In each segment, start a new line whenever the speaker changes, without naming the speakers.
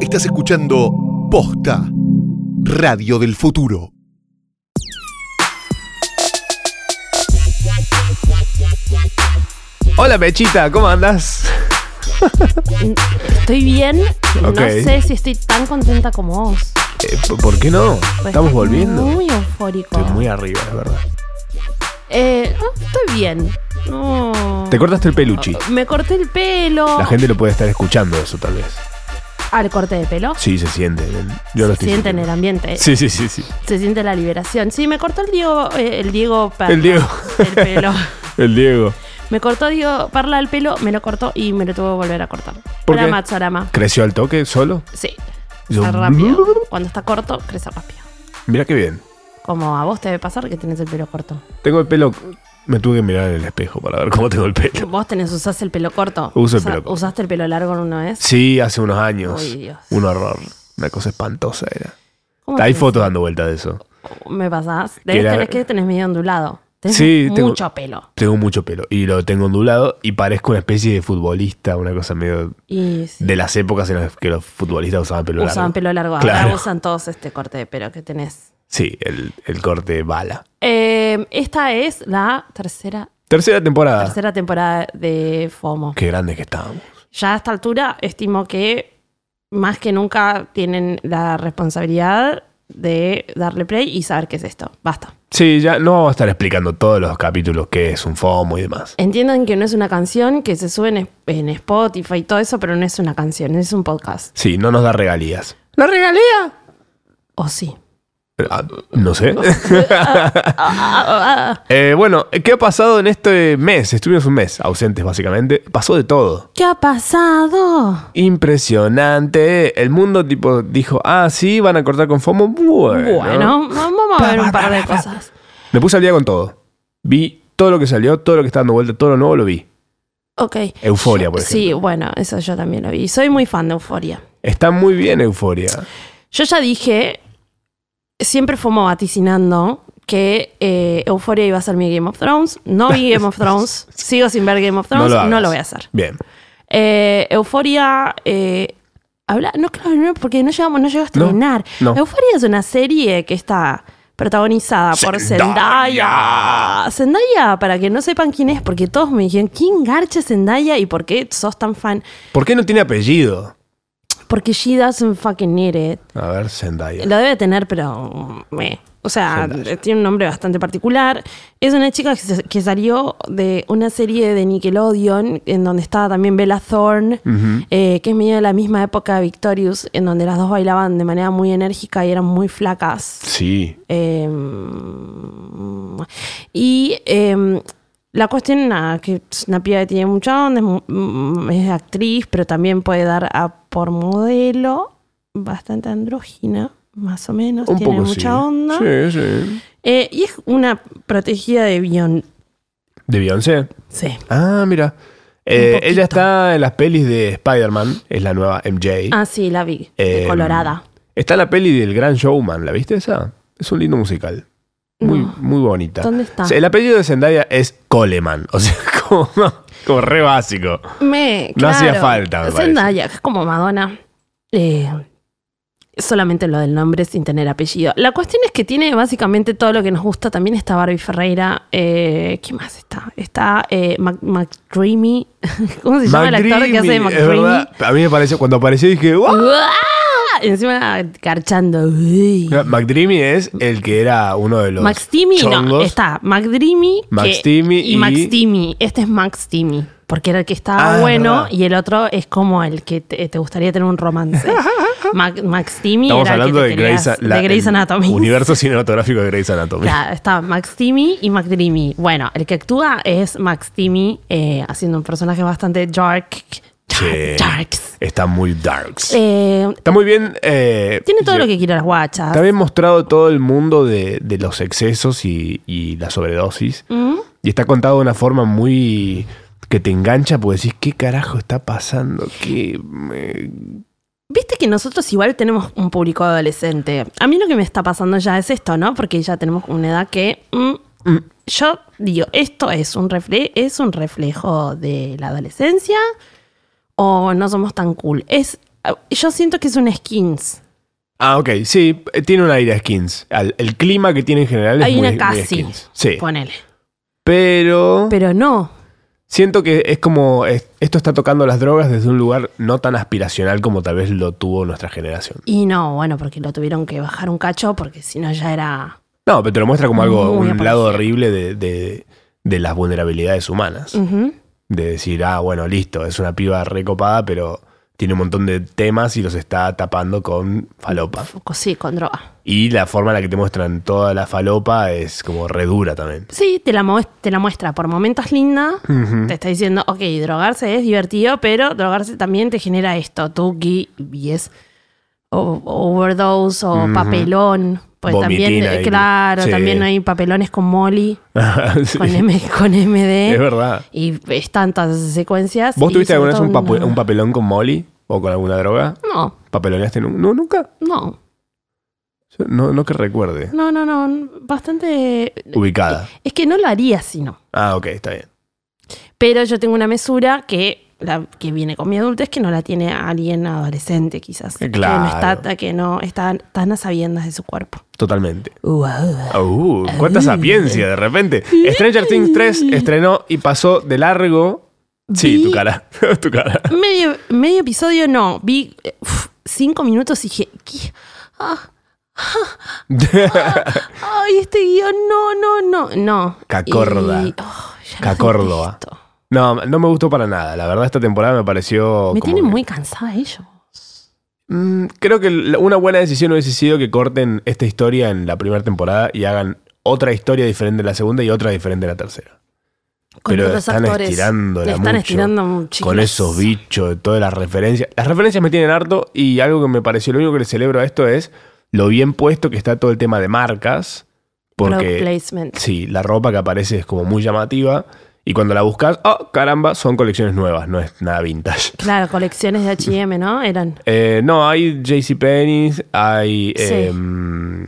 Estás escuchando Posta, Radio del Futuro.
Hola, Pechita, ¿cómo andas?
Estoy bien,
Ok.
no sé si estoy tan contenta como vos.
Eh, p- ¿Por qué no?
Pues
Estamos
estoy
volviendo.
Muy eufórico.
Estoy muy arriba, es verdad.
Eh, no, estoy bien. No.
Te cortaste el peluchi.
Me corté el pelo.
La gente lo puede estar escuchando eso, tal vez.
Ah, el corte de pelo.
Sí, se siente. Yo lo
Se
estoy
siente en
sintiendo.
el ambiente.
Sí, sí, sí, sí.
Se siente la liberación. Sí, me cortó el Diego, eh, el Diego Perla.
El Diego.
El pelo.
El Diego.
me cortó Diego Parla el pelo, me lo cortó y me lo tuvo que volver a cortar.
¿Por
Era
qué?
Matsorama.
¿Creció al toque solo?
Sí.
Yo-
Está rápido. Cuando está corto, crece rápido.
Mira qué bien.
Como a vos te debe pasar que tenés el pelo corto.
Tengo el pelo. Me tuve que mirar en el espejo para ver cómo tengo el pelo.
Vos tenés, usás el pelo corto.
Uso el
Usa-
pelo corto.
¿Usaste el pelo largo en una vez?
Sí, hace unos años.
Uy, Dios.
Un horror. Una cosa espantosa era.
¿Cómo
Hay
tenés-
fotos dando vueltas de eso.
¿Me pasás?
Que
Debes
era-
tener que tenés medio ondulado. Tenés
Sí, tengo-
mucho pelo.
Tengo mucho pelo y lo tengo ondulado y parezco una especie de futbolista, una cosa medio
Y sí,
de las épocas en las que los futbolistas usaban pelo largo.
usaban pelo largo.
Claro.
Ahora usan todos este corte de pelo que tenés.
Sí, el, el corte de bala.
Eh, esta es la tercera,
Tercera temporada.
tercera temporada de FOMO.
Qué grandes que estábamos.
Ya a esta altura estimo que más que nunca tienen la responsabilidad de darle play y saber qué es esto. Basta.
Sí, ya no vamos a estar explicando todos los capítulos qué es un FOMO y demás.
Entiendan que no es una canción que se sube en, en Spotify y todo eso, pero no es una canción, es un podcast.
Sí, no nos da regalías.
¿La regalía? ¿O sí?
Ah, no sé. Eh, bueno, ¿qué ha pasado en este mes? Estuvimos un mes ausentes, básicamente. Pasó de todo.
¿Qué ha pasado?
Impresionante. El mundo tipo dijo, ah, sí, van a cortar con FOMO. Bueno.
Bueno, vamos a ver un par de cosas.
Me puse al día con todo. Vi todo lo que salió, todo lo que está dando vuelta, todo lo nuevo lo vi.
Ok.
Euforia,
Yo-
por
Sí, bueno, eso yo también lo vi. Soy muy fan de Euforia.
Está muy bien Euforia.
Yo ya dije, siempre fumo vaticinando que eh, Euforia iba a ser mi Game of Thrones. No vi Game of Thrones, sigo sin ver Game of Thrones, no lo,
hagas.
voy a hacer.
Bien.
Eh, Euforia. eh, habla, no, claro, no, porque no llegamos, no llegó a
No,
estrenar.
no.
Euforia es una serie que está protagonizada por
Zendaya.
Zendaya. Zendaya, para que no sepan quién es, porque todos me dijeron, ¿quién garche Zendaya y por qué sos tan fan?
¿Por qué no tiene apellido?
Porque she doesn't fucking need it.
A ver, Zendaya.
Lo debe tener, pero. meh. O sea,
Zendaya.
tiene un nombre bastante particular. Es una chica que, se- que salió de una serie de Nickelodeon, en donde estaba también Bella Thorne, eh, que es medio de la misma época de Victorious, en donde las dos bailaban de manera muy enérgica y eran muy flacas.
Sí.
Eh, Em, y eh, la cuestión, nada, que es una piba que tiene mucha onda, es, mu- mm, es actriz, pero también puede dar a por modelo, bastante andrógina, más o menos,
Un
tiene
poco
mucha
sí.
onda.
Sí, sí.
Eh, y es una protegida de Bion.
¿De Beyoncé?
Sí.
Ah, mira. Eh,
poquito.
ella está en las pelis de Spider-Man, es la nueva MJ.
Ah, sí, la vi, de
Eh,
Colorada.
Está la peli del Gran Showman, ¿la viste esa? Es un lindo musical. Muy,
No.
muy bonita.
¿Dónde está?
El apellido de Zendaya es Coleman. O sea, como, como re básico.
Me,
No
claro,
hacía falta, me parece.
Zendaya, que es como Madonna. Eh, solamente lo del nombre sin tener apellido. La cuestión es que tiene básicamente todo lo que nos gusta. También está Barbie Ferreira. Eh, ¿Qué más está? Está eh, Mac- McDreamy. ¿Cómo se llama el actor que hace de
McDreamy, es
McDreamy?
verdad. A mí me pareció, cuando apareció dije, ¡Wow!
¡Uah! Encima carchando. Uy.
McDreamy es el que era uno de los.
Max Timmy, Mm. no,
chongos.
está McDreamy que-
Max Timmy
y,
y-
Max Timmy. Este es Max Timmy, porque era el que estaba
Ah,
bueno
verdad.
y el otro es como el que te, te gustaría tener un romance. Mac- Max Timmy
Estamos
era
hablando
el que
de
te querías-
Grey's, la-
de Grey's
el
Anatomy.
Universo cinematográfico de Grey's Anatomy.
Claro, está Max Timmy y McDreamy. Bueno, el que actúa es Max Timmy eh, haciendo un personaje bastante dark.
Sí.
Darks.
Está muy darks.
Eh,
Está muy bien. eh,
tiene todo
lle-
lo que quieren las guachas.
Está bien mostrado todo el mundo de, de los excesos y, y la sobredosis.
Mm.
Y está contado de una forma muy que te engancha porque decís, ¿qué carajo está pasando? ¿Qué me-
Viste que nosotros igual tenemos un público adolescente. A mí lo que me está pasando ya es esto, ¿no? Porque ya tenemos una edad que... mm, Yo digo, esto es un, refle es un reflejo de la adolescencia o no somos tan cool. Es Yo siento que es un skins.
Ah, ok, sí, eh, tiene un aire a skins. Al- el clima que tiene en general es
Hay
muy,
una
muy
casi.
skins. Sí,
Ponele.
pero,
Pero no.
siento que es como es- esto está tocando las drogas desde un lugar no tan aspiracional como tal vez lo tuvo nuestra generación.
Y no, bueno, porque lo tuvieron que bajar un cacho porque si no ya era.
No, pero te lo muestra como algo,
Muy
un lado
aparecido.
horrible de, de- de las vulnerabilidades humanas.
Ujú.
De decir, ah, bueno, listo, es una piba recopada, pero tiene un montón de temas y los está tapando con falopa.
Foco, Sí, con droga.
Y la forma en la que te muestran toda la falopa es como redura también.
Sí, te la, muest- te la muestra por momentos linda. Te está diciendo, ok, drogarse es divertido, pero drogarse también te genera esto, tuki, y es o- overdose o papelón. Pues también,
Vomitina y-
claro,
sí.
también hay papelones con Molly,
Sí,
con, M- con
Es
MD.
verdad.
Y es tantas secuencias.
¿Vos
y
tuviste
¿Eh? sobre
alguna vez
todo
un, papu-
una-
un papelón con Molly o con alguna droga?
No,
¿Papeloneaste? nun- No, nunca.
no,
Yo No, no que recuerde.
no, no, no. Bastante.
Ubicada.
Es que no lo haría si no.
Ah, ok, está bien.
Pero yo tengo una mesura que, la, que viene con mi adultez que no la tiene alguien adolescente, quizás.
Eh,
Que
claro.
no está, que no está tan a sabiendas de su cuerpo.
Totalmente.
Wow.
Uh, cuánta sapiencia de repente. Stranger Things 3 estrenó y pasó de largo. Sí,
Vi-
tu cara. tu cara.
Medio, medio episodio no. Vi eh, uf, cinco minutos y dije, "¿Qué? Ah, ay, este guión, no, no, no, no.
Cacorda. ah.
Y, oh, ya no
Cacórdoba.
detesto.
No, no me gustó para nada. La verdad, esta temporada me pareció.
Me
Oh, como
tienen
que-
muy cansada ellos.
Mm, creo que la- una buena decisión hubiese sido que corten esta historia en la primera temporada y hagan otra historia diferente en la segunda y otra diferente en la tercera.
Con
Pero
otros
están
actores.
estirándola
Están
mucho.
estirando muchísimo.
Con esos bichos, todas las referencias. Las referencias me tienen harto y algo que me pareció, lo único que le celebro a esto es lo bien puesto que está todo el tema de marcas.
Product
Porque
placement.
sí, la ropa que aparece es como muy llamativa y cuando la buscas, oh, caramba, son colecciones nuevas, no es nada vintage.
Claro, colecciones de HM, ¿no? Eran.
Eh, no, hay JCPenney, hay
Sí.
em,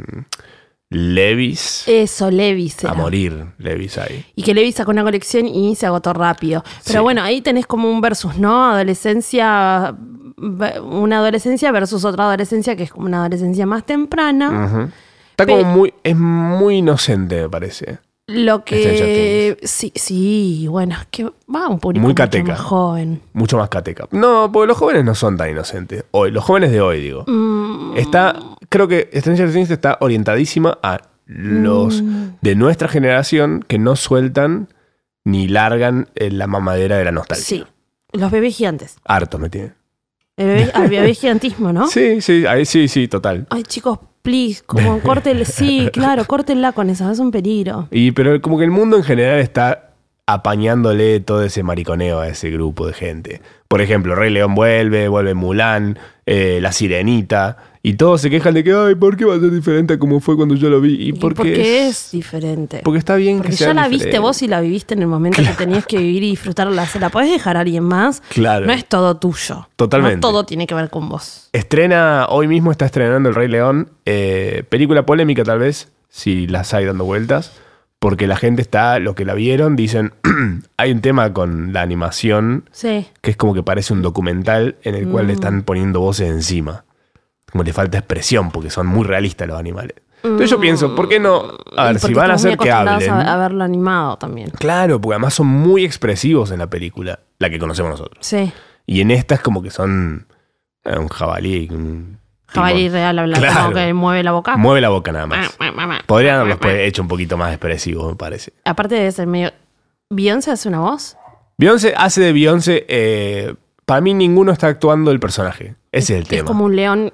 Levis.
Eso, Levis.
a
era.
morir, Levis hay.
Y que Levis sacó una colección y se agotó rápido. Pero
Sí.
bueno, ahí tenés como un versus, ¿no? Adolescencia. ve- Una adolescencia versus otra adolescencia que es como una adolescencia más temprana.
Ujú. Está
Pe-
como muy. Es muy inocente, me parece.
Lo
Este Stranger
que. Sí, sí, bueno, es que va un público
Muy
mucho
cateca.
más joven.
Mucho más cateca. No, porque los jóvenes no son tan inocentes. Hoy, los jóvenes de hoy, digo.
Mm,
Está. Creo que Stranger Things está orientadísima a los
Mm.
de nuestra generación que no sueltan ni largan eh, la mamadera de la nostalgia.
sí. Los bebés gigantes.
Hartos me tienen.
El bebé, al bebé gigantismo, ¿no?
Sí, sí, ahí sí, sí, total.
Ay, chicos, please, como córtele, sí, claro, córtenla con eso, es un peligro.
Y pero como que el mundo en general está apañándole todo ese mariconeo a ese grupo de gente. Por ejemplo, Rey León vuelve, vuelve Mulan, eh, La Sirenita, y todos se quejan de que, ay, ¿por qué va a ser diferente a como fue cuando yo lo vi? ¿Y
¿Y por
por
qué es diferente?
Porque está bien
Porque
que
ya
sean
la
diferentes.
viste vos y la viviste en el momento que tenías que vivir y disfrutarla. Se la podés dejar a alguien más.
Claro.
No es todo tuyo.
Totalmente.
No todo tiene que ver con vos.
Estrena, hoy mismo está estrenando El Rey León, eh, película polémica tal vez, si las hay dando vueltas, porque la gente está, los que la vieron, dicen, hay un tema con la animación
Sí.
que es como que parece un documental en el
Mm.
cual le están poniendo voces encima. Como le falta expresión, porque son muy realistas los animales. Entonces yo pienso, ¿por qué no? A
Mm. Y
ver, si
porque
van a
estamos muy
hacer que
acostumbrados
hablen.
A, a verlo animado también.
Claro, porque además son muy expresivos en la película, la que conocemos nosotros.
Sí.
Y en estas como que son eh, un jabalí, un
Jabalí
timón.
real hablando
Claro.
como que mueve la boca.
Mueve la boca nada más.
Ma, ma, ma, ma.
Podrían haberlos pues, hecho un poquito más expresivos, me parece.
Aparte de ser medio. ¿Beyoncé hace una voz?
Beyoncé hace de Beyoncé, eh, para mí ninguno está actuando el personaje. Ese es el
Es
tema.
como un león,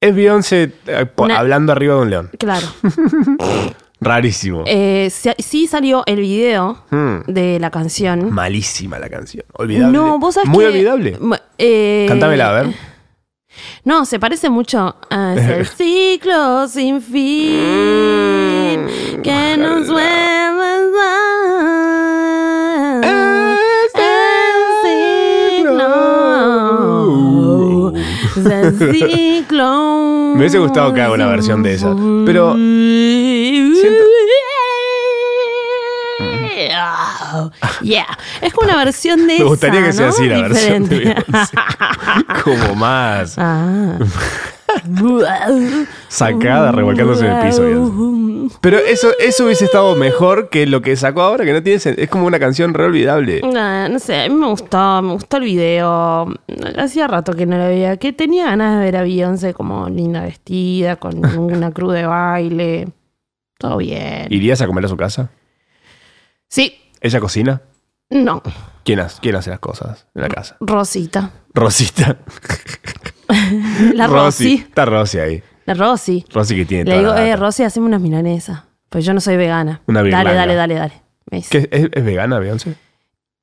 Es Beyoncé eh, po-
Una-
hablando arriba de un león.
claro.
Rarísimo.
Eh, se- sí salió el video
Hmm.
de la canción.
Malísima la canción. Olvidable.
¿Mm? No, vos sabés
Muy
que-
olvidable.
Ma- eh,
Cantámela, a ver.
No, se parece mucho a ese ciclo sin fin
Mm,
que nos vuelve a ciclo. dar. Es el ciclo.
Me hubiese gustado que haga una versión de esa, pero
Siento... wow, yeah. Es como una versión de
Me gustaría
esa,
que sea
¿no?
así la versión de
Diferente.
Beyoncé. Como más
Ah.
sacada, revolcándose en el piso. Beyoncé. Pero eso, eso hubiese estado mejor que lo que sacó ahora, que no tiene sen- Es como una canción re olvidable.
Nah, no sé, a mí me gustó, me gustó el video. Hacía rato que no la veía, que tenía ganas de ver a Beyoncé como linda vestida, con una cruz de baile. Todo bien.
¿Irías a comer a su casa?
Sí,
¿Ella cocina?
no,
¿Quién, hace- quién hace las cosas en la casa?
Rosita.
Rosita.
La Rosy.
Está Rosy ahí.
La Rosy.
Rosy que tiene
Le
toda
digo,
la
eh,
data.
Rosy, haceme unas milanesas. Pues yo no soy vegana.
Una
dale,
birlanga.
dale, dale, dale. Me
¿Qué,
dice.
¿es, es vegana Beyoncé?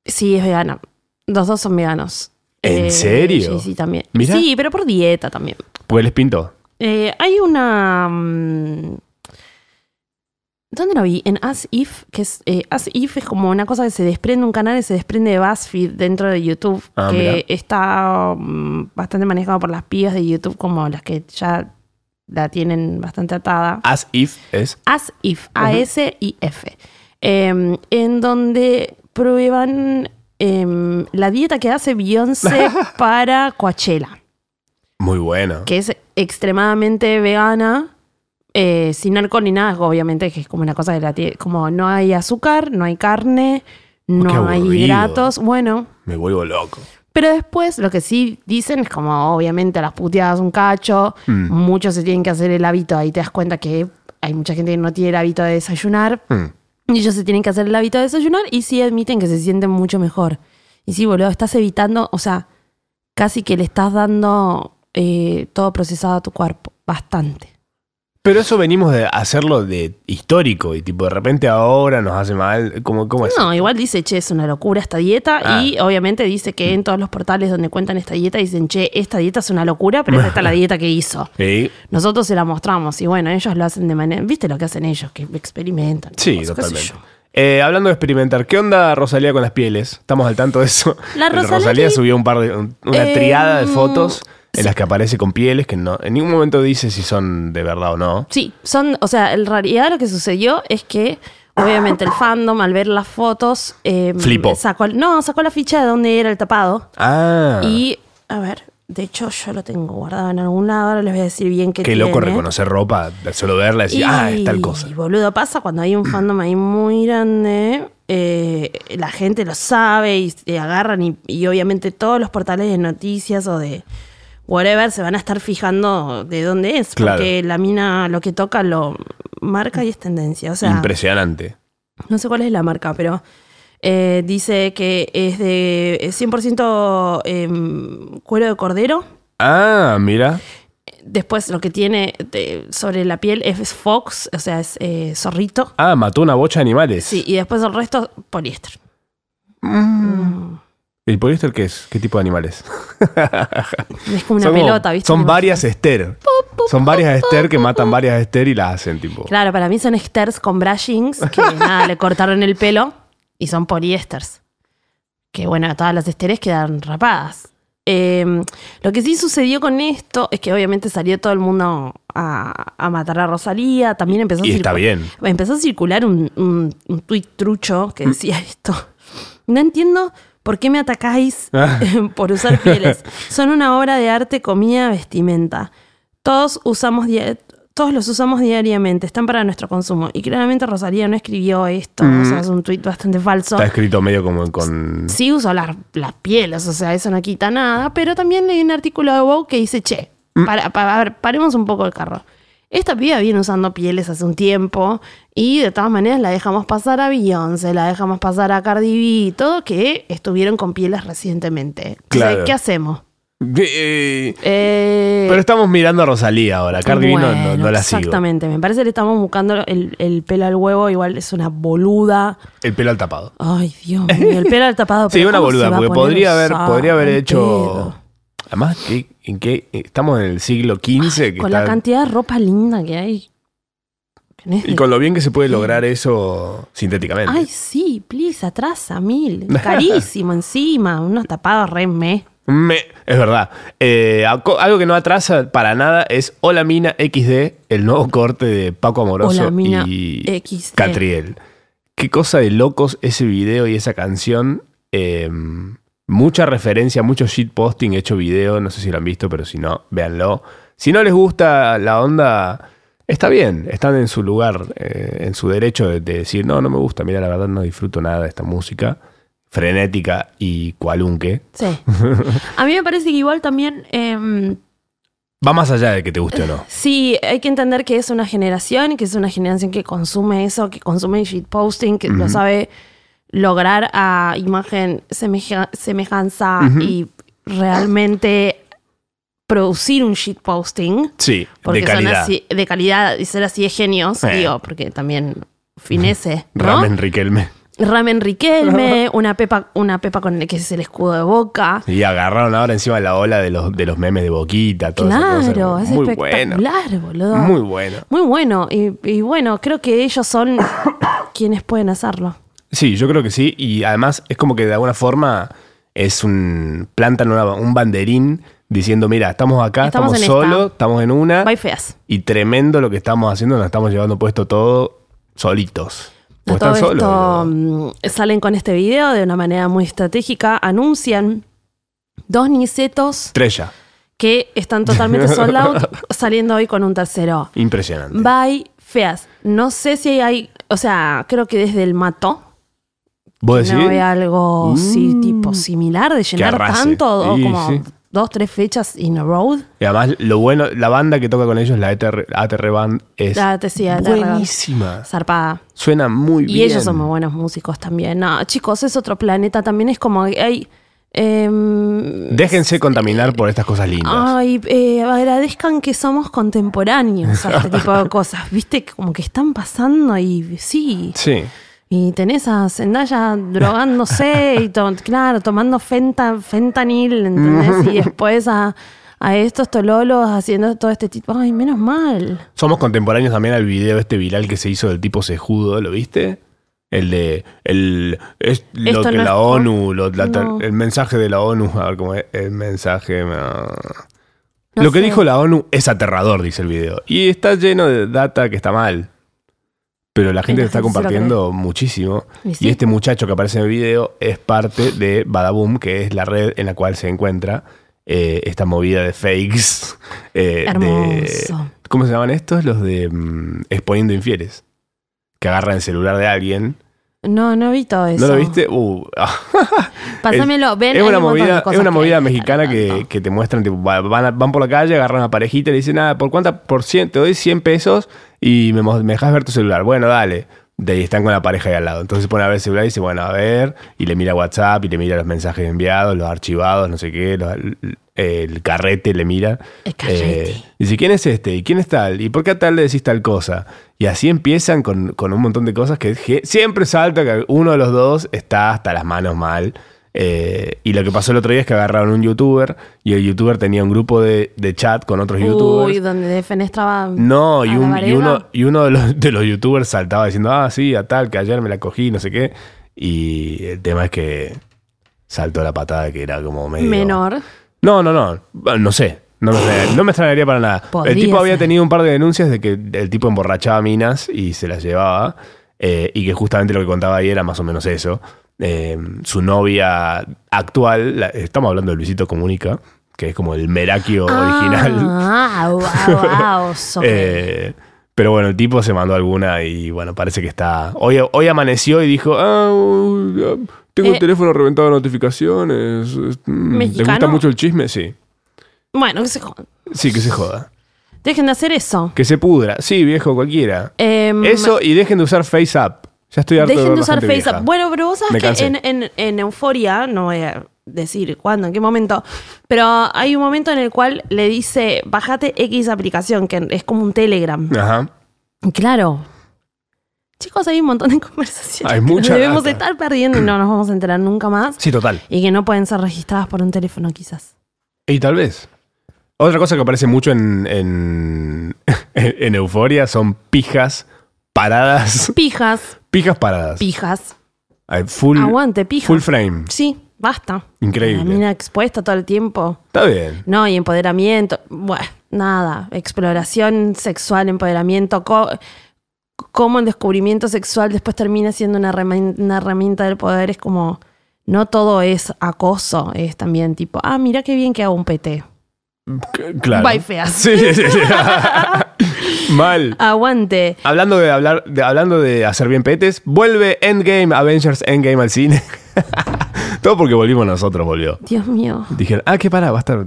Sí, es vegana. Los dos son veganos. Eh,
¿En serio?
Sí, sí, también.
Mirá.
Sí, pero por dieta también.
Pues les pinto.
Eh, hay una. mm, ¿Dónde lo vi? En As If, que es. eh, As If es como una cosa que se desprende, un canal que se desprende de BuzzFeed dentro de YouTube,
Ah,
que
mirá.
está mm, bastante manejado por las pibas de YouTube, como las que ya la tienen bastante atada.
As if es.
As If, A-S-I-F, em, en donde prueban em, la dieta que hace Beyoncé para Coachella
Muy bueno.
que es extremadamente vegana, eh, sin alcohol ni nada, obviamente, que es como una cosa de la tie- como no hay azúcar, no hay carne, no hay
Oh, aburrido.
hidratos, bueno.
Me vuelvo loco.
Pero después lo que sí dicen es como, obviamente, a las puteadas un cacho,
Mm.
muchos se tienen que hacer el hábito, ahí te das cuenta que hay mucha gente que no tiene el hábito de desayunar,
Hmm.
y ellos se tienen que hacer el hábito de desayunar y sí admiten que se sienten mucho mejor. Y sí, boludo, estás evitando, o sea, casi que le estás dando eh, todo procesado a tu cuerpo, bastante.
Pero eso venimos de hacerlo de histórico y tipo de repente ahora nos hace mal. ¿Cómo, cómo es?
No, igual dice, che, es una locura esta dieta
Ah.
y obviamente dice que en todos los portales donde cuentan esta dieta dicen, che, esta dieta es una locura, pero esta es la dieta que hizo.
Sí,
Nosotros se la mostramos y bueno, ellos lo hacen de manera, viste lo que hacen ellos, que experimentan.
sí,
cosas, qué sé
totalmente.
yo.
Eh, hablando de experimentar, ¿qué onda Rosalía con las pieles? Estamos al tanto de eso.
La
El
Rosalía tiene-
subió un par de, un- una
Eh,
triada de fotos en
sí.
las que aparece con pieles que no, en ningún momento dice si son de verdad o no.
Sí, son, o sea, en realidad lo que sucedió es que obviamente el fandom al ver las fotos eh,
Flipó.
Sacó, no, sacó la ficha de dónde era el tapado
Ah,
y a ver, de hecho yo lo tengo guardado en algún lado, ahora les voy a decir bien qué
qué loco
tiene.
reconocer ropa, de solo verla y decir,
Y,
ah, es tal cosa.
boludo, pasa cuando hay un fandom ahí muy grande, eh, la gente lo sabe y, se agarran y, y obviamente todos los portales de noticias o de whatever se van a estar fijando de dónde es,
Claro.
porque la mina lo que toca lo marca y es tendencia. O sea,
Impresionante.
no sé cuál es la marca, pero eh, dice que es de es 100% em, cuero de cordero.
Ah, mira.
Después lo que tiene de- sobre la piel es fox, o sea, es eh, zorrito.
Ah, mató una bocha de animales.
Sí, y después el resto, poliéster. Mm.
¿El poliéster qué es? ¿Qué tipo de animales?
Es como una
son como-
pelota, ¿viste?
Son
Una
varias Esther. Son varias Esther que matan varias Esther y las hacen tipo.
bolsa. Claro, para mí son esters con brushings, que nada, le cortaron el pelo y son poliésters. Que bueno, todas las esteres quedan rapadas. Eh, lo que sí sucedió con esto es que obviamente salió todo el mundo a, a matar a Rosalía. También empezó
Y
a
está
circular-
bien.
Empezó a circular un, un, un tuit trucho que decía esto. No entiendo por qué me atacáis por usar pieles. Son una obra de arte, comida, vestimenta. Todos usamos dia- todos los usamos diariamente, están para nuestro consumo. Y claramente Rosalía no escribió esto, o sea, es un tuit bastante falso.
Está escrito medio como con.
Sí usó las, las pieles, o sea, eso no quita nada, pero también leí un artículo de WoW que dice, che,
Mm.
para, para- a ver, paremos un poco el carro. Esta piba viene usando pieles hace un tiempo y de todas maneras la dejamos pasar a Beyoncé, la dejamos pasar a Cardi B y todo, que estuvieron con pieles recientemente. O sea,
Claro.
¿Qué hacemos?
Eh,
Eh,
Pero estamos mirando a Rosalía ahora. Cardi B no- no,
bueno,
no la sigo.
Exactamente, me parece que le estamos buscando el, el pelo al huevo, igual es una boluda.
El pelo al tapado.
Ay, Dios mío, el pelo al tapado.
Sí,
pero
una
¿cómo se
boluda,
va a
porque
poner
podría haber,
usar
podría haber
un
hecho.
pedo?
Además, ¿qué- ¿en qué? Estamos en el siglo XV. que
Con la
está-
cantidad de ropa linda que hay. En este-
Y con lo bien que se puede lograr eso sintéticamente.
Ay, sí, please, atrasa mil. Carísimo encima, unos tapados re me.
Me- es verdad. Eh, aco- algo que no atrasa para nada es Hola Mina XD, el nuevo corte de Paco Amoroso
Hola, Mina eh,
y
XD.
Catriel. qué cosa de locos ese video y esa canción. Eh, mucha referencia, mucho shitposting hecho video. No sé si lo han visto, pero si no, véanlo. Si no les gusta la onda, está bien. Están en su lugar, eh, en su derecho de, de decir, no, no me gusta. Mira, la verdad no disfruto nada de esta música. Frenética y cualunque.
Sí. A mí me parece que igual también. em,
Va más allá de que te guste o no.
Sí, hay que entender que es una generación, que es una generación que consume eso, que consume shitposting, que lo sabe lograr a imagen, semeja- semejanza y realmente producir un shitposting.
Sí,
Porque
de calidad.
son así, de calidad y ser así de genios,
Eh.
digo, porque también finece, ¿no?
Ramen Riquelme.
Ramen Riquelme, una pepa, una pepa con que es el escudo de boca.
Y agarraron ahora encima la ola de los, de los memes de boquita, todo
Claro, es
Muy bueno.
espectacular, boludo.
Muy bueno.
Muy bueno, y, y bueno, creo que ellos son quienes pueden hacerlo.
Sí, yo creo que sí. Y además es como que de alguna forma es un. plantan una- un banderín diciendo, mira, estamos acá,
Estamos
estamos,
en
solos,
esta.
estamos en una.
Bye feas.
Y tremendo lo que estamos haciendo, nos estamos llevando puesto todo solitos.
A
Porque
todo
están solos,
esto
boludo.
mm, salen con este video de una manera muy estratégica, anuncian dos nicetos
Estrella.
que están totalmente sold out, saliendo hoy con un tercero.
Impresionante.
Bye feas. No sé si hay, o sea, creo que desde el mato
¿Vos decís?
no hay algo sí,
Mm.
tipo similar de llenar
arrase.
tanto, o
Sí,
como
sí.
dos, tres fechas in a road.
Y además, lo bueno, la banda que toca con ellos, la E ATR, ATR Band, es
La E tesía de la
buenísima.
zarpada.
Suena muy
Y
bien.
ellos son muy buenos músicos también. No, chicos, es otro planeta. También es como que hay. em,
Déjense contaminar por estas cosas lindas.
ay, eh, agradezcan que somos contemporáneos a este tipo de cosas. Viste, Que como que están pasando y sí.
Sí.
Y tenés a Zendaya drogándose y to- claro, tomando fenta- fentanil, ¿entendés? Y después a, a estos tololos haciendo todo este tipo. Ay, menos mal.
Somos contemporáneos también al video este viral que se hizo del tipo cejudo, ¿lo viste? El de el es lo
Esto
que
no es
la
por-
ONU, lo- la-
No.
el mensaje de la ONU, a ver cómo es, el mensaje. ah.
No
lo que
sé.
dijo la ONU es aterrador, dice el video. Y está lleno de data que está mal. Pero la gente
la
está
gente se lo
compartiendo muchísimo.
Y
Y,
sí.
este muchacho que aparece en el video es parte de Badaboom, que es la red en la cual se encuentra eh, esta movida de fakes. eh, de-
Hermoso.
¿Cómo se llaman estos? Los de mm, Exponiendo Infieles. Que agarran el celular de alguien.
No, no vi todo eso.
¿No lo viste? Uh,
Pásamelo, ven.
es
hay
una
un montón de
movida, es
cosas
una
que
movida
hay que
mexicana
estar
que,
hablando.
que te muestran, tipo, va- van, a- van por la calle, agarran a parejita, le dicen, ah, ¿por cuánta por ciento? Te doy 100 pesos y me, mo- me dejas ver tu celular. Bueno, dale. De ahí están con la pareja ahí al lado. Entonces se pone a ver el celular y dice, bueno, a ver, y le mira WhatsApp y le mira los mensajes enviados, los archivados, no sé qué, los- el carrete le mira.
El carrete.
dice, ¿quién es este? ¿Y quién es tal? ¿Y por qué a tal le decís tal cosa? Y así empiezan con, con un montón de cosas que je- siempre salta que uno de los dos está hasta las manos mal. Eh, y lo que pasó el otro día es que agarraron un youtuber y el youtuber tenía un grupo de, de chat con otros youtubers.
Uy, donde defenestraba.
No, y,
a la
un- y
Varela.
uno, y uno de, los, de los youtubers saltaba diciendo, ah, sí, a tal, que ayer me la cogí, no sé qué. Y el tema es que saltó la patada que era como medio...
Menor.
No, no, no. Bueno, No sé. No me, extrañaría- no me extrañaría para nada.
Podría
el tipo había
ser.
tenido un par de denuncias de que el tipo emborrachaba minas y se las llevaba. eh, y que justamente lo que contaba ahí era más o menos eso. Eh, su novia actual, la- estamos hablando de Luisito Comunica, que es como el Merakio original.
Ah, wow, wow. so-
Eh, pero bueno, el tipo se mandó alguna y bueno, parece que está. Hoy, hoy amaneció y dijo: "Ah, uy, ah, Tengo
Eh,
el teléfono reventado de notificaciones. es- mm, ¿Te gusta
¿Mexicano?
mucho el chisme? Sí.
Bueno, que se jodan.
Sí, que se joda.
Dejen de hacer eso.
Que se pudra. Sí, viejo, cualquiera.
Em,
Eso y dejen de usar FaceApp. Ya estoy harto
Dejen
ver
de
la
usar
gente
FaceApp.
vieja.
Bueno, pero vos
Me
sabés que
cansé.
en, en, en Euforia, no voy a decir cuándo, en qué momento, pero hay un momento en el cual le dice, bájate X aplicación, que es como un Telegram.
Ajá.
Y Claro. Chicos, hay un montón de conversaciones.
Hay
que nos
mucha
Debemos
data.
estar perdiendo y no nos vamos a enterar nunca más.
Sí, total.
Y que no pueden ser registradas por un teléfono, quizás.
Y tal vez. Otra cosa que aparece mucho en, en, en Euforia son pijas paradas.
Pijas,
Pijas paradas.
pijas.
Ay, Full,
Aguante, pija.
full frame.
Sí, basta.
Increíble.
La mina expuesta todo el tiempo.
Está bien.
No, y empoderamiento. Bueno, nada. Exploración sexual, empoderamiento. co- cómo el descubrimiento sexual después termina siendo una herramienta, una herramienta del poder es como, no todo es acoso, es también tipo, ah, mira qué bien que hago un PT.
C- Claro.
Bye, feas.
Sí, sí, sí. Mal.
Aguante.
Hablando de hablar, de- hablando de hacer bien petes, vuelve Endgame, Avengers Endgame al cine. Todo porque volvimos nosotros, volvió.
Dios mío.
Dijeron, ah, que pará, va a estar.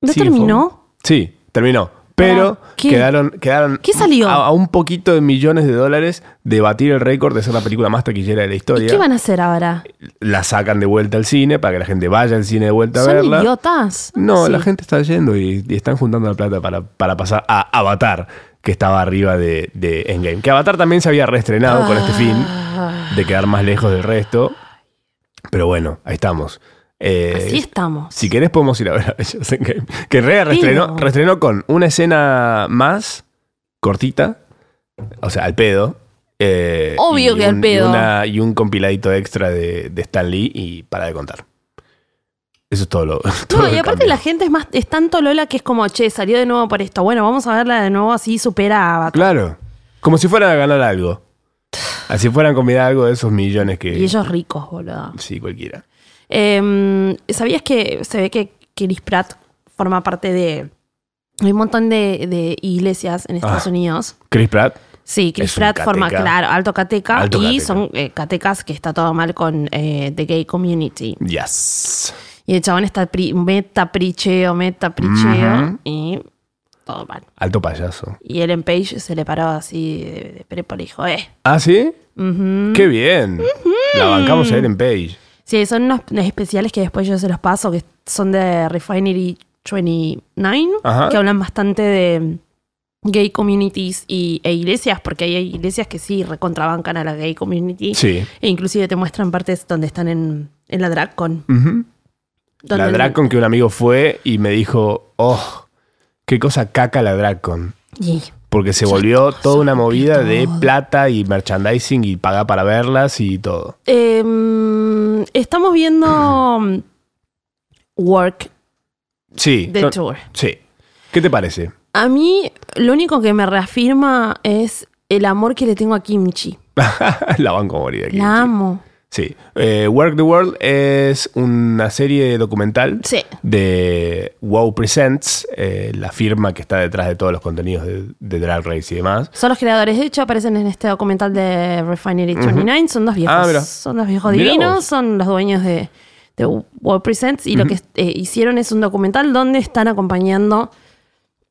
¿No
sigue
terminó?
full. Sí, terminó. Pero
Pará, ¿qué?
quedaron, quedaron
¿Qué salió?
A, a un poquito de millones de dólares de batir el récord de ser la película más taquillera de la
¿Y qué
historia.
van a hacer ahora?
La sacan de vuelta al cine para que la gente vaya al cine de vuelta a
¿Son
verla.
idiotas?
No,
Sí.
la gente está yendo y, y están juntando la plata para, para pasar a Avatar, que estaba arriba de, de Endgame. Que Avatar también se había reestrenado con este fin
Ah,
de quedar más lejos del resto. Pero bueno, ahí estamos. Eh,
Así estamos.
si querés podemos ir a ver Avengers Endgame. Que en realidad reestrenó,
Pido.
reestrenó con una escena más cortita, o sea, al pedo. eh,
Obvio
y
que al
un-
pedo.
Y, una- y un compiladito extra de, de Stan Lee y para de contar. Eso es todo lo. todo
No,
lo
y
que
aparte
cambió.
la gente es más, es tanto Lola que es como, che, salió de nuevo por esto. Bueno, vamos a verla de nuevo así supera a Avatar.
Claro. Como si fueran a ganar algo. Así fueran a combinar algo de esos millones que.
Y ellos ricos, boludo.
Sí, cualquiera.
Eh, ¿Sabías que se ve que, que Chris Pratt forma parte de. Hay un montón de, de iglesias en Estados
Ah.
Unidos.
Chris Pratt.
Sí, Chris
Es un
Pratt forma,
cateca.
claro, alto cateca.
Alto
y
cateca.
son eh, catecas que está todo mal con eh, The Gay Community.
Yes.
Y el chabón está pri- meta pricheo, meta pricheo.
Ujú.
Y todo mal.
Alto payaso.
Y Ellen Page se le paró así de, de prepo, le dijo, eh.
¿Ah, sí?
ujú.
Qué bien. La bancamos a Ellen Page.
Sí, son unos especiales que después yo se los paso, que son de Refinery 29,
Ajá.
que hablan bastante de gay communities y, e iglesias, porque hay iglesias que sí recontrabancan a la gay community.
Sí.
E inclusive te muestran partes donde están en, en la drag con.
Ujú.
donde-
La drag con que un amigo fue y me dijo, oh, qué cosa caca la drag con.
Y-
Porque se volvió toda una
rompió
movida de
todo.
plata y merchandising y pagar para verlas y todo.
Em, estamos viendo mm, Work,
Sí.
The
no-
Tour.
Sí. ¿Qué te parece?
A mí lo único que me reafirma es el amor que le tengo a Kimchi.
la banco a morir aquí.
La amo.
Sí. Eh, Work the World es una serie documental
Sí.
de Wow Presents, eh, la firma que está detrás de todos los contenidos de, de Drag Race y demás.
Son los creadores, de hecho, aparecen en este documental de Refinery 29. Son dos viejos.
Ah, mira.
Son dos viejos
Mira
divinos,
vos.
son los dueños de, de World Presents. Y lo que eh, hicieron es un documental donde están acompañando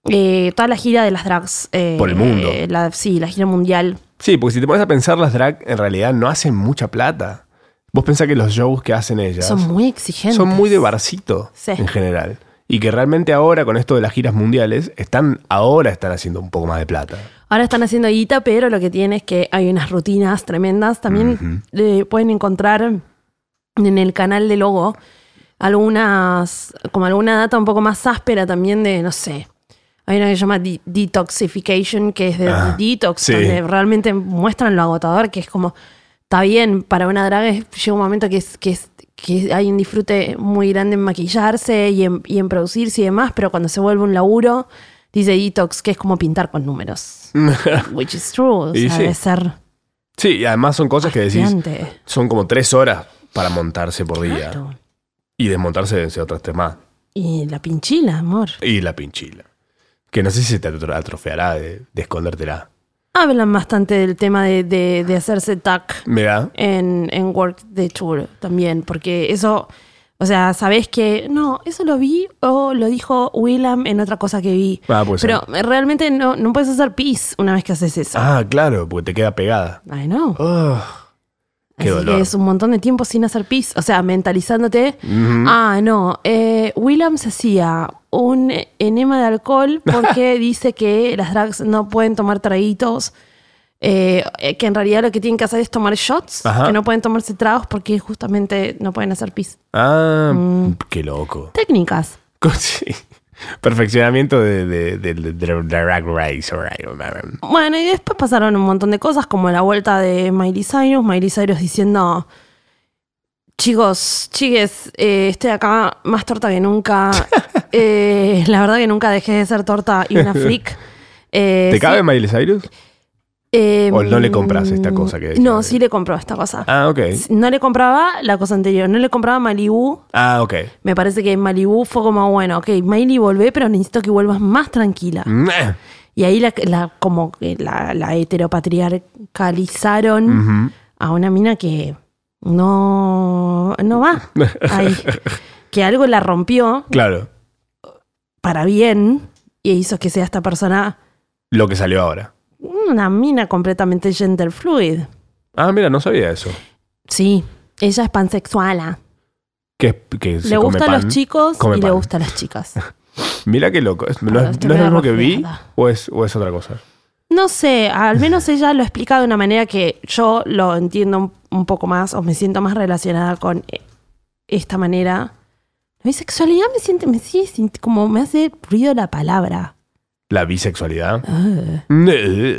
eh, toda la gira de las drags. eh,
Por el mundo.
eh, la- sí, la gira mundial.
Sí, porque si te pones a pensar, las drag en realidad no hacen mucha plata. Vos pensás que los shows que hacen ellas
Son muy exigentes.
son muy de barcito
Sí.
en general. Y que realmente ahora, con esto de las giras mundiales, están, ahora están haciendo un poco más de plata.
Ahora están haciendo guita, pero lo que tiene es que hay unas rutinas tremendas. También eh, pueden encontrar en el canal de Logo algunas, como alguna data un poco más áspera también de, no sé. Hay una que se llama de- Detoxification, que es de
Ah,
detox,
sí.
donde realmente muestran lo agotador, que es como, está bien, para una drag es- llega un momento que, es, que, es- que hay un disfrute muy grande en maquillarse y en, y en producirse y demás, pero cuando se vuelve un laburo, dice detox, que es como pintar con números. Which is true, o
Y
sea,
sí.
debe ser
Sí, y además son cosas que decís,
gigante.
son como tres horas para montarse por día.
Claro.
Y desmontarse de otras tres más.
Y la pinchila, amor.
Y la pinchila. Que no sé si se te atro- atrofeará de, de escondértela.
Hablan bastante del tema de, de- de hacerse tac
Mira.
en, en Work the Tour también, porque eso, o sea, sabés que no, eso lo vi o lo dijo Willam en otra cosa que vi.
Ah, pues
Pero realmente no, no puedes hacer pis una vez que haces eso.
Ah, claro, porque te queda pegada.
I know.
Oh, qué
Así
dolor.
que es un montón de tiempo sin hacer pis, o sea, mentalizándote.
Ujú.
Ah, no. Eh, Williams hacía un enema de alcohol porque dice que las drags no pueden tomar traguitos. eh, eh, que en realidad lo que tienen que hacer es tomar shots,
Ajá.
que no pueden tomarse tragos porque justamente no pueden hacer pis.
Ah,
Mm.
qué loco.
Técnicas.
Sí. Perfeccionamiento de, de, de- de- de Drag Race. alright.
Bueno, y después pasaron un montón de cosas, como la vuelta de Miley Cyrus. Miley Cyrus diciendo: Chicos, chigues, eh, estoy acá más torta que nunca. Eh, la verdad que nunca dejé de ser torta y una freak. Eh,
¿Te
sí-
cabe Miley Cyrus?
Eh,
¿O no le compras esta cosa que decía?
No, sí le compró esta cosa.
Ah, ok.
No le compraba la cosa anterior, no le compraba Malibu.
Ah, ok.
Me parece que Malibu fue como, bueno, ok, Miley volvé, pero necesito que vuelvas más tranquila.
Meh.
Y ahí la, la- como que la, la heteropatriarcalizaron
Ujú.
a una mina que no, no va. ahí. que algo la rompió
Claro,
para bien y hizo que sea esta persona
lo que salió ahora.
una mina completamente gender fluid.
Ah, mira, no sabía eso.
Sí, ella es pansexuala.
Que, que se
le
come
gustan
pan.
los chicos
come
y le
pan.
gustan las chicas.
Mira qué loco. ¿Es- ¿No
Ahora
es,
estoy
no es lo
medio
mismo que vi
resfriada.
o es, o es otra cosa?
No sé, al menos ella lo explica de una manera que yo lo entiendo un, un poco más o me siento más relacionada con eh, esta manera. La bisexualidad me siente, me sigue sinti- como me hace ruido la palabra.
¿La bisexualidad?
Ah.
Neh.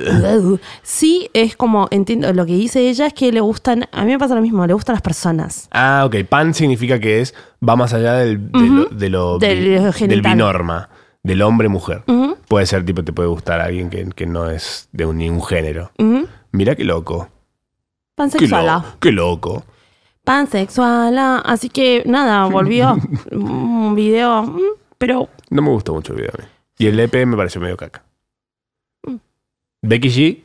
Sí, es como, entiendo, lo que dice ella es que le gustan, a mí me pasa lo mismo, le gustan las personas.
Ah, ok. Pan significa que es va más allá del, de lo, de lo
Del eh,
bi-
genital.
del binorma, del hombre-mujer.
Ujú,
Puede ser, tipo, te puede gustar alguien que, que no es de un- ningún género.
ujú.
Mira qué loco. Qué,
Pansexuala.
lo- qué loco.
Pansexuala. Así que nada, volvió un video, mm, pero
No me gustó mucho el video a mí. Y el EP me pareció medio caca.
Mm.
Becky G.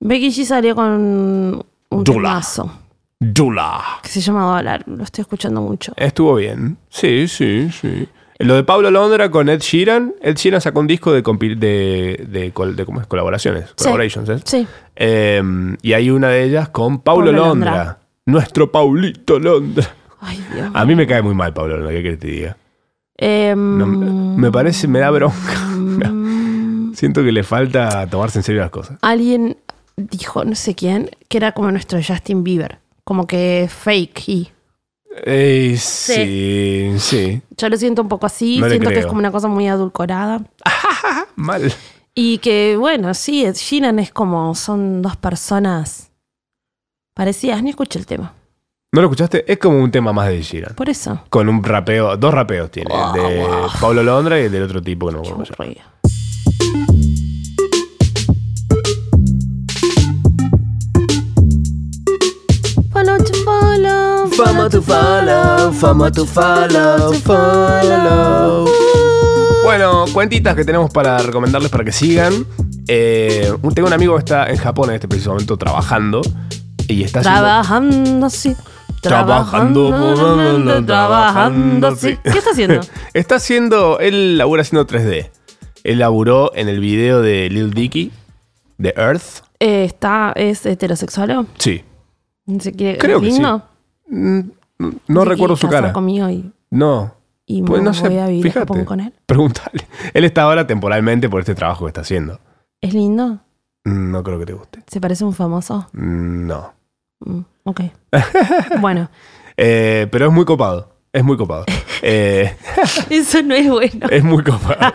Becky G salió con un
Dula.
temazo
Dula.
que se llama Dólar. Lo estoy escuchando mucho.
Estuvo bien. Sí, sí, sí. Lo de Pablo Londra con Ed Sheeran. Ed Sheeran sacó un disco de, compi- de, de col- de- ¿cómo es? colaboraciones. Collaborations, ¿eh?
Sí.
Eh, y hay una de ellas con Paulo
Pablo
Londra.
Londra.
Nuestro Paulito Londra.
Ay, Dios.
A mí me cae muy mal Pablo Londra, ¿qué querés que te diga?
Em,
No, me parece, me da bronca.
mm,
Siento que le falta tomarse en serio las cosas.
alguien dijo, no sé quién, que era como nuestro Justin Bieber. Como que fake y.
Eh, sí, sí,
Yo lo siento un poco así.
No le
siento que es
creo.
como una cosa muy adulcorada.
Mal.
Y que, bueno, sí, Ed Sheeran es como, son dos personas parecidas. Ni escuché el tema.
¿No lo escuchaste? Es como un tema más de Sheeran.
Por eso.
Con un rapeo, dos rapeos tiene.
Wow,
el de
wow.
Pablo Londra y el del otro tipo que no me
Qué
acuerdo cómo se llama.
aburrido. Follow to follow, follow to follow,
fama to follow, follow. Bueno, cuentitas que tenemos para recomendarles para que sigan. Eh, un- tengo un amigo que está en Japón en este preciso momento trabajando y está haciendo-
Trabajando así.
Trabajando,
trabajando, trabajando así. ¿Qué está haciendo?
Está haciendo. Él labura haciendo 3D. Él laburó en el video de Lil Dicky, de Earth.
Eh, está, ¿Es heterosexual? o?
Sí.
¿Se quiere,
Creo
¿es
que sí.
lindo?
Mm, No
¿Se
recuerdo
quiere
su
casar
cara.
conmigo y,
No.
y
Pues
me
no sé,
voy a vivir a
fíjate.
Japón con él?
Pregúntale. Él está ahora temporalmente por este trabajo que está haciendo.
¿Es lindo?
Mm, No creo que te guste.
¿Se parece a un famoso?
Mm, No.
Mm, ok. bueno,
Eh, pero es muy copado. Es muy copado. Eh,
eso no es bueno.
Es muy copado.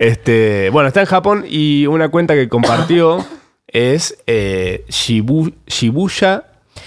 este, bueno, está en Japón y una cuenta que compartió es eh, Shibu- Shibuya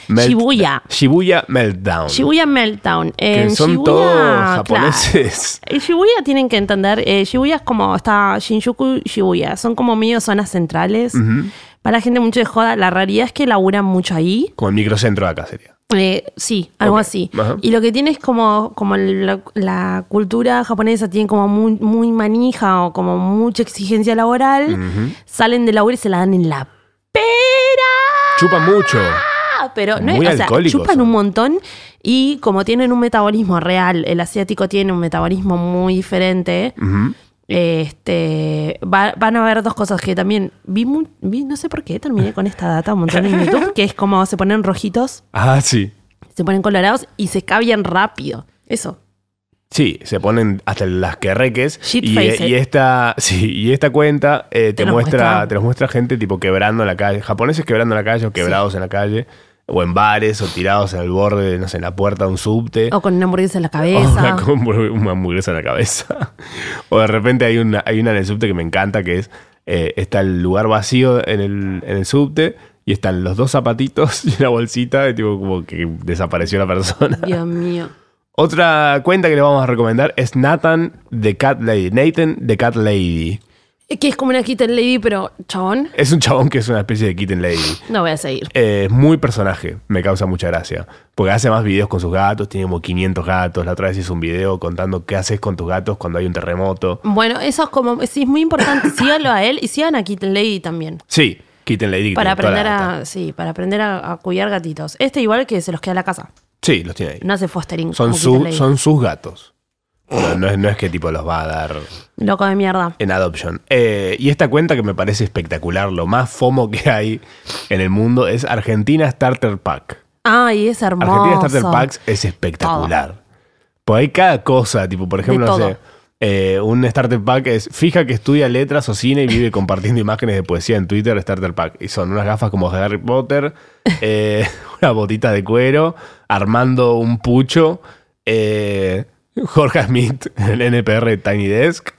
Melt-
Shibuya.
Shibuya Meltdown.
Shibuya Meltdown. En
que son
Shibuya,
todos
claro.
japoneses.
En Shibuya tienen que entender, eh, Shibuya es como, está Shinjuku y Shibuya, son como medio zonas centrales.
Ujú.
Para la gente mucho de joda, la realidad es que laburan mucho ahí.
Como el microcentro de acá sería.
Eh, sí, algo
Ok,
así.
ajá.
Y lo que tiene es como, como la, la cultura japonesa tiene como muy, muy manija o como mucha exigencia laboral, salen de laburo y se la dan en la pera.
Chupa mucho.
Ah, pero no es-
Muy
o sea,
alcohólicos
chupan
son.
un montón y como tienen un metabolismo real, el asiático tiene un metabolismo muy diferente.
Ujú.
Este, va- van a ver dos cosas que también vi, mu- vi, no sé por qué terminé con esta data un montón en YouTube, que es como se ponen rojitos,
Ah, sí.
se ponen colorados y se cabian rápido. Eso.
Sí, se ponen hasta las querreques.
Shit
y,
face,
y
eh.
esta, sí, y esta cuenta eh, te,
Te los
muestra,
muestra.
te los muestra gente tipo quebrando en la calle, japoneses quebrando en la calle o quebrados en la calle, o en bares, o tirados en el borde, no sé, en la puerta de un subte.
O con una hamburguesa en la
o una,
cabeza.
con- una hamburguesa en la cabeza. o de repente hay una, hay una en el subte que me encanta, que es, eh, está el lugar vacío en el, en el subte y están los dos zapatitos y una bolsita, de tipo como que desapareció la persona.
Dios mío.
Otra cuenta que le vamos a recomendar es Nathan the Cat Lady. Nathan the Cat Lady.
Que es como una Kitten Lady, pero chabón.
Es un chabón que es una especie de Kitten Lady.
No voy a seguir.
Eh, Es muy personaje, me causa mucha gracia. Porque hace más videos con sus gatos, tiene como 500 gatos. La otra vez hizo un video contando qué haces con tus gatos cuando hay un terremoto.
Bueno, eso es como. Sí, es muy importante. Síganlo a él y sigan a Kitten Lady también.
Sí, Kitten Lady. que
Para
tiene toda la
aprender
data.
a. Sí, para aprender a, a cuidar gatitos. Este igual que se los queda a la casa.
Sí, los tiene ahí.
No hace fostering.
Son,
como
su-
Kitten Lady.
son sus gatos. No, no es, no es que tipo los va a dar
Loco de mierda.
en adoption. Eh, y esta cuenta que me parece espectacular, lo más FOMO que hay en el mundo es Argentina Starter Pack.
Ay, es hermoso.
Argentina Starter Packs es espectacular. Pues hay cada cosa, tipo, por ejemplo,
De
no
todo.
sé, eh, un Starter Pack es fija que estudia letras o cine y vive compartiendo imágenes de poesía en Twitter Starter Pack. Y son unas gafas como de Harry Potter, eh, una botita de cuero, armando un pucho, eh, Jorge Smith, el NPR Tiny Desk,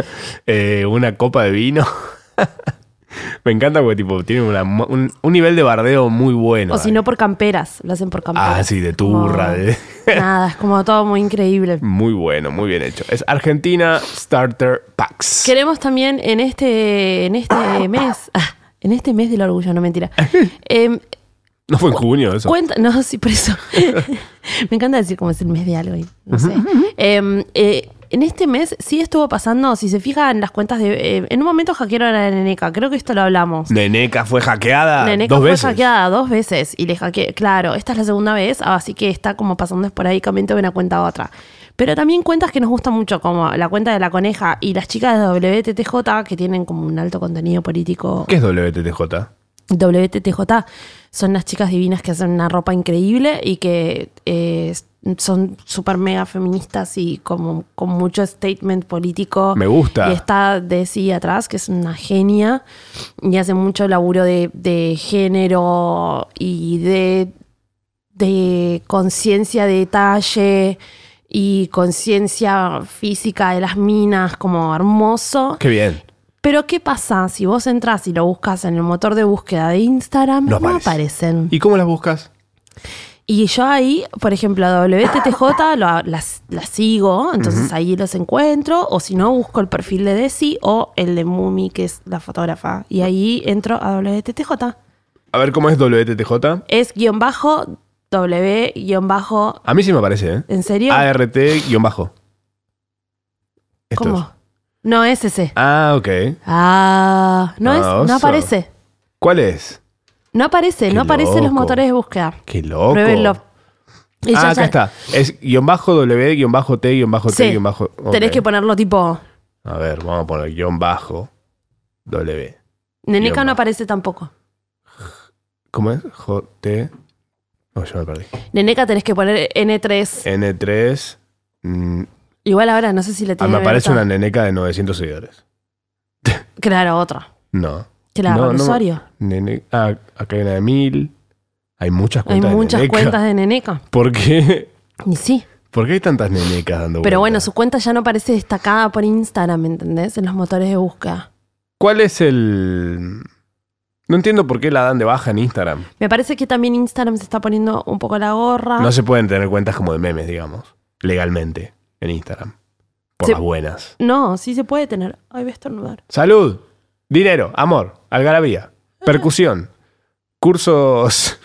eh, una copa de vino. Me encanta porque tipo, tiene una mo- un, un nivel de bardeo muy bueno.
O si
ahí.
no por camperas. Lo hacen por camperas.
Ah, sí, de turra, eh.
Como-
de-
Nada, es como todo muy increíble.
Muy bueno, muy bien hecho. Es Argentina Starter Packs.
Queremos también en este, en este mes, ah, en este mes del orgullo, no mentira. Em,
No fue en junio eso.
cuenta, no, sí, por eso. Me encanta decir cómo es el mes de algo, y no sé. Em, eh, en este mes sí estuvo pasando, si se fijan las cuentas de. eh, en un momento hackearon a la Neneca, creo que esto lo hablamos.
Neneca fue hackeada
Neneca
Mm, ah, dos
fue
veces.
hackeada dos veces y le hackeé. Claro, esta es la segunda vez, ah, así que está como pasando esporádicamente de una cuenta a otra. Pero también cuentas que nos gustan mucho, como la cuenta de la coneja y las chicas de WTTJ, que tienen como un alto contenido político.
¿Qué es WTTJ?
WTTJ son las chicas divinas que hacen una ropa increíble y que eh, son súper mega feministas y como con mucho statement político.
Me gusta.
Y está Desi atrás, que es una genia y hace mucho laburo de, de género y de, de conciencia de detalle y conciencia física de las minas, como hermoso.
Qué bien.
Pero ¿qué pasa si vos entras y lo buscas en el motor de búsqueda de Instagram?
No
No,
aparece.
aparecen.
¿Y cómo las buscas?
Y yo ahí, por ejemplo, a WTTJ lo- las, las sigo, entonces ahí los encuentro, o si no, busco el perfil de Desi o el de Mumi, que es la fotógrafa, y ahí entro a WTTJ.
A ver cómo es WTTJ.
Es guión bajo, W guión bajo,
A mí sí me aparece, ¿eh?
¿en serio?
ART guión bajo. Esto
¿Cómo?
es.
No es ese.
Ah, ok.
Ah, no, es,
Ah, oso.
no aparece.
¿Cuál es?
No aparece,
Qué
no aparecen los
loco.
motores de búsqueda.
Qué loco.
Pruébenlo. Y ya-
Ah, acá
ya-
está. Es guión bajo W, guión bajo T, guión bajo T,
Sí.
guión bajo. ok.
Tenés que ponerlo tipo.
A ver, vamos a poner guión bajo W.
Neneca
Guión bajo.
no aparece tampoco.
¿Cómo es? J. No, yo me perdí.
Neneca tenés que poner
Eh.
N3.
N3. mm,
Igual ahora no sé si le
ah,
tiene.
me aparece
abierta.
una neneca de 900 seguidores.
Claro, otra.
No.
Que la
No,
haga el
no.
usuario.
Nene- ah, acá hay una de 1000. Hay muchas
Hay
cuentas. de
muchas
neneca.
cuentas de Neneca.
¿Por qué?
Y sí.
¿Por qué hay tantas nenecas dando
Pero bueno,
vueltas?
su cuenta ya no aparece destacada por Instagram, ¿me entendés? En los motores de búsqueda.
¿Cuál es el.? No entiendo por qué la dan de baja en Instagram.
Me parece que también Instagram se está poniendo un poco la gorra.
No se pueden tener cuentas como de memes, digamos. Legalmente. En Instagram. Por
Sí.
las buenas.
No, sí se puede tener. Ay, voy a estornudar.
Salud. Dinero. Amor. Algarabía. Percusión. Cursos.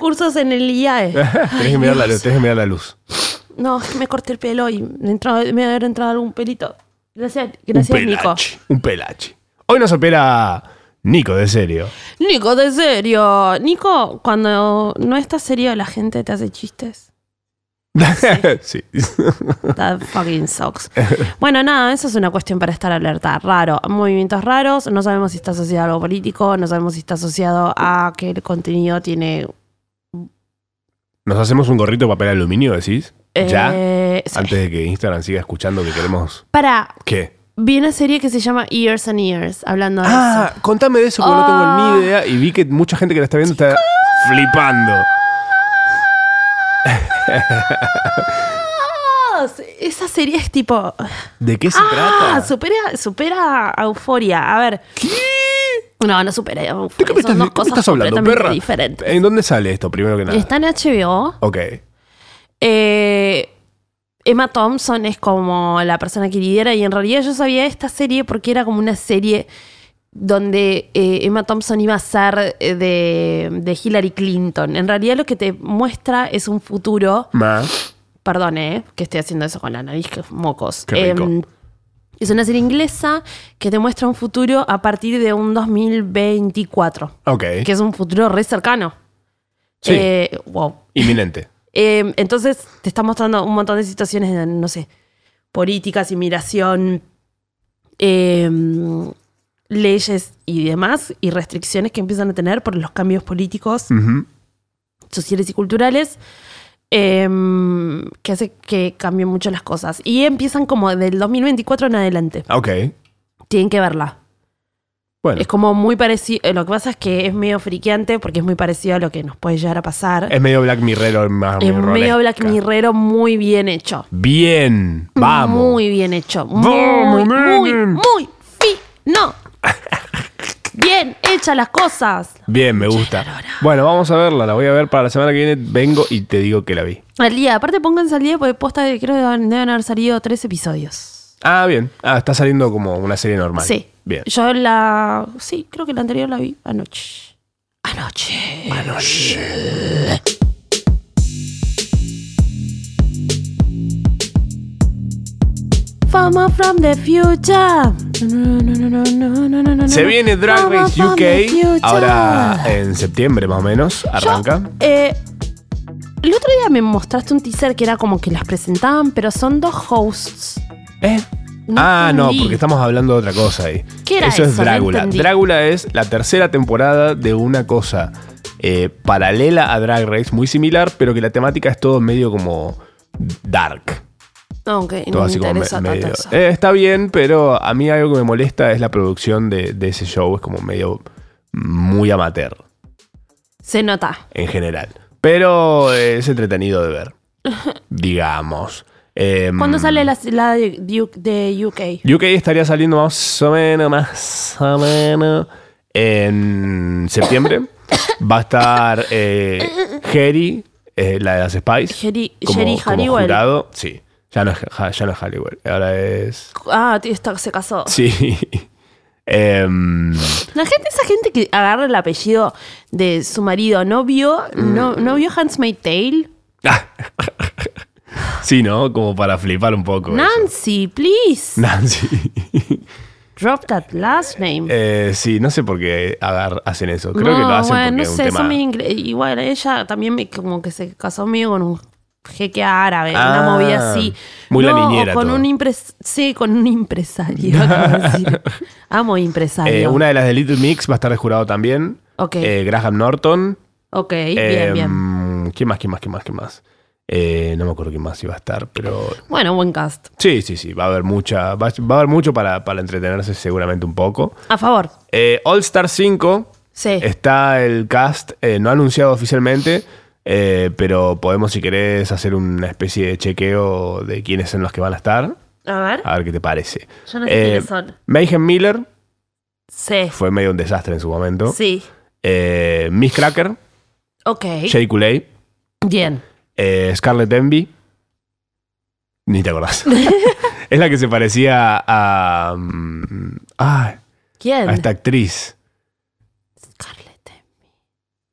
Cursos en el IAE.
tenés, que mirar la, luz, tenés que mirar la luz.
No, es que me corté el pelo y me, entró, me haber entrado algún pelito. Gracias, gracias
un
Nico.
pelache, Un pelache. Hoy nos opera Nico, de serio.
Nico, de serio. Nico, cuando no estás serio, la gente te hace chistes.
Sí.
That fucking sucks. Bueno, nada, eso es una cuestión para estar alerta. Raro. Movimientos raros. No sabemos si está asociado a algo político. No sabemos si está asociado a que el contenido tiene.
¿Nos hacemos un gorrito de papel aluminio, decís? ya.
eh, sí.
Antes de que Instagram siga escuchando que queremos.
Para.
¿Qué?
Vi una serie que se llama Years and Years, hablando de
Ah,
eso.
contame de eso porque no tengo
Ah.
ni idea. Y vi que mucha gente que la está viendo está flipando.
Ah, Esa serie es tipo.
¿De qué se
Ah,
trata?
supera, supera a euforia. A ver. ¿Qué? No, no supera a euforia.
¿De qué me estás,
Son dos
de qué me
cosas
estás hablando,
completamente
perra?
diferentes.
¿En dónde sale esto, primero que nada?
Está en HBO.
Ok.
Eh, Emma Thompson es como la persona que lidera y en realidad yo sabía esta serie porque era como una serie donde eh, Emma Thompson iba a ser eh, de, de Hillary Clinton. En realidad lo que te muestra es un futuro,
Más.
perdón, eh, que estoy haciendo eso con la nariz, que mocos.
Qué rico.
Em, es una serie inglesa que te muestra un futuro a partir de un 2024,
Ok.
que es un futuro re cercano.
¿Eh? Sí.
Eh, wow.
Inminente.
Eh, entonces te está mostrando un montón de situaciones, de, no sé, políticas, inmigración, eh, leyes y demás, y restricciones que empiezan a tener por los cambios políticos,
Ujú.
sociales y culturales, eh, que hace que cambien mucho las cosas. Y empiezan como del 2024 en adelante.
Ok.
Tienen que verla.
Bueno.
Es como muy parecido, eh, lo que pasa es que es medio friqueante porque es muy parecido a lo que nos puede llegar a pasar.
Es medio Black Mirror. Más
Es medio Black
mirroresca.
Mirror muy bien hecho.
Bien. Vamos.
Muy bien hecho.
Vamos,
muy, muy,
nene.
muy fino. Bien hechas las cosas.
Bien, me gusta. Bueno, vamos a verla. La voy a ver para la semana que viene. Vengo y te digo que la vi.
Al día, aparte pónganse al día porque posta que creo que deben deben haber salido tres episodios.
Ah, bien. Ah, está saliendo como una serie normal.
Sí.
Bien.
Yo la. Sí, creo que la anterior la vi anoche. Anoche. Fama from the future. No, no, no, no, no, no, no, no,
Se
no.
viene Drag
Fama
Race
from the future.
UK. Ahora en septiembre más o menos.
Yo,
Arranca.
eh, el otro día me mostraste un teaser que era como que las presentaban, pero son dos hosts.
¿Eh?
No
ah, no,
entendí.
porque estamos hablando de otra cosa ahí.
¿Qué era
eso es
eso? No
Drácula.
entendí.
Drácula es la tercera temporada de una cosa eh, paralela a Drag Race, muy similar, pero que la temática es todo medio como dark.
Ok,
Todo
no me
así como me-
interesa tanto
medio-
eso.
Eh, está bien, pero a mí algo que me molesta es la producción de, de ese show. Es como medio muy amateur
Se nota.
en general. Pero eh, es entretenido de ver, digamos. Em,
¿Cuándo sale la, la de, Duke- de UK?
UK estaría saliendo más o menos, más o menos en septiembre. Va a estar eh, Jerry, eh, la de las Spice.
Jerry-
como-
Jerry
como
Halliwell.
jurado. Sí, ya no es, ja- ya no es Halliwell, ahora es...
Ah, tío, está- se casó.
Sí. Em,
La gente, esa gente que agarra el apellido de su marido, ¿no vio,
Mm.
no, no vio Handmaid's Tale?
ah. sí, ¿no? Como para flipar un poco. eso.
Nancy, please.
Nancy.
Drop that last name.
Eh, sí, no sé por qué agar- hacen eso. Creo
no,
que lo hacen
bueno,
porque
no
es un
sé,
tema...
son medio ingre- Igual ella también me- como que se casó medio con un jeque árabe,
Ah,
una movida así.
muy la
No, o
niñera
con
todo.
un impres- sí, con un empresario. acabo de decir. Amo empresario.
Eh, una de las de Little Mix va a estar de jurado también.
Ok.
Eh, Graham Norton.
ok,
Eh,
bien, bien.
¿Quién más? ¿Quién más? ¿Quién más? ¿Quién más? Eh, no me acuerdo quién más iba a estar, pero.
Bueno, buen cast.
Sí, sí, sí. Va a haber mucha. Va, va a haber mucho para, para entretenerse seguramente un poco.
A favor.
Eh, All Star 5
Sí.
Eh, está el cast, eh, no anunciado oficialmente. eh, pero podemos, si querés, hacer una especie de chequeo de quiénes son los que van a estar.
A ver.
A ver qué te parece.
Yo no sé quiénes son.
Mayhem Miller
Sí.
fue medio un desastre en su momento.
Sí.
Eh, Miss Cracker,
Ok.
Jay Coulay,
Bien.
eh, Scarlett Envy. Ni te acordás. es la que se parecía a. mm, ah,
¿Quién?
a esta actriz.
Scarlett.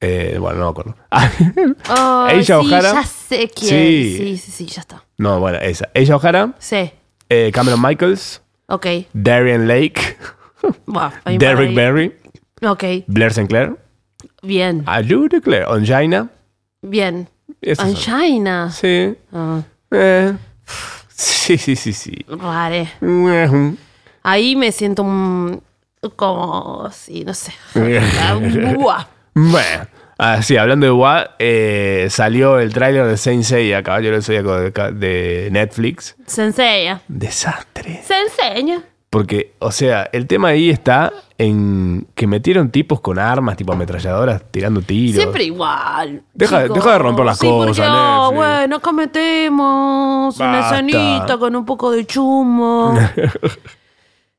Eh, bueno, no me acuerdo. Ah,
Oh, sí,
Ella O'Hara.
ya sé quién.
Sí.
Sí. sí, sí, ya está.
no, bueno, esa. Ella O'Hara,
Sí.
eh, Cameron Michaels,
Ok.
Darian Lake,
Buah, ahí por
Derrick
ahí.
Berry,
Ok.
Blair Sinclair,
Bien.
Alou Leclerc, Ongina.
Bien.
esas son.
Angina.
Sí.
Ah,
eh, sí, sí, sí, sí.
rare.
Ujú.
Ahí me siento un- como, sí, no sé. Buah.
Bueno, así, hablando de WA, eh, salió el tráiler de Saint Seiya, Caballero del Zodíaco de, ca- de Netflix.
Se enseña.
Desastre.
Se enseña.
Porque, o sea, el tema ahí está en que metieron tipos con armas, tipo ametralladoras, tirando tiros.
Siempre igual.
Deja-
chicos.
deja de romper las
Sí, Porque,
cosas,
ah,
Netflix.
bueno, cometemos una
Basta.
escenita con un poco de chumo.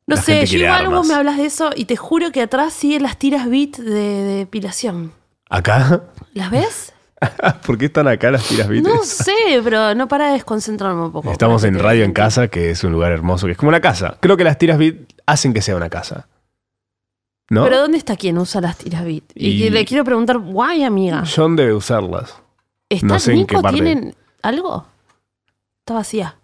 No
La
sé,
gente
yo
quiere
igual
armas.
vos me hablas de eso y te juro que atrás siguen las tiras beat de, de depilación.
Acá,
¿Las ves?
¿Por qué están acá las tiras Beatles?
No sé, pero no para de desconcentrarme un poco.
Estamos
Para
en
que te-
Radio en Casa, que es un lugar hermoso, que es como una casa. Creo que las tiras Beat hacen que sea una casa. ¿No?
Pero ¿dónde está quien usa las tiras bit? Y,
Y-
le quiero preguntar, guay, amiga.
John debe usarlas.
¿Está
no sé en
Nico?
qué parte.
¿Tienen algo? Está vacía.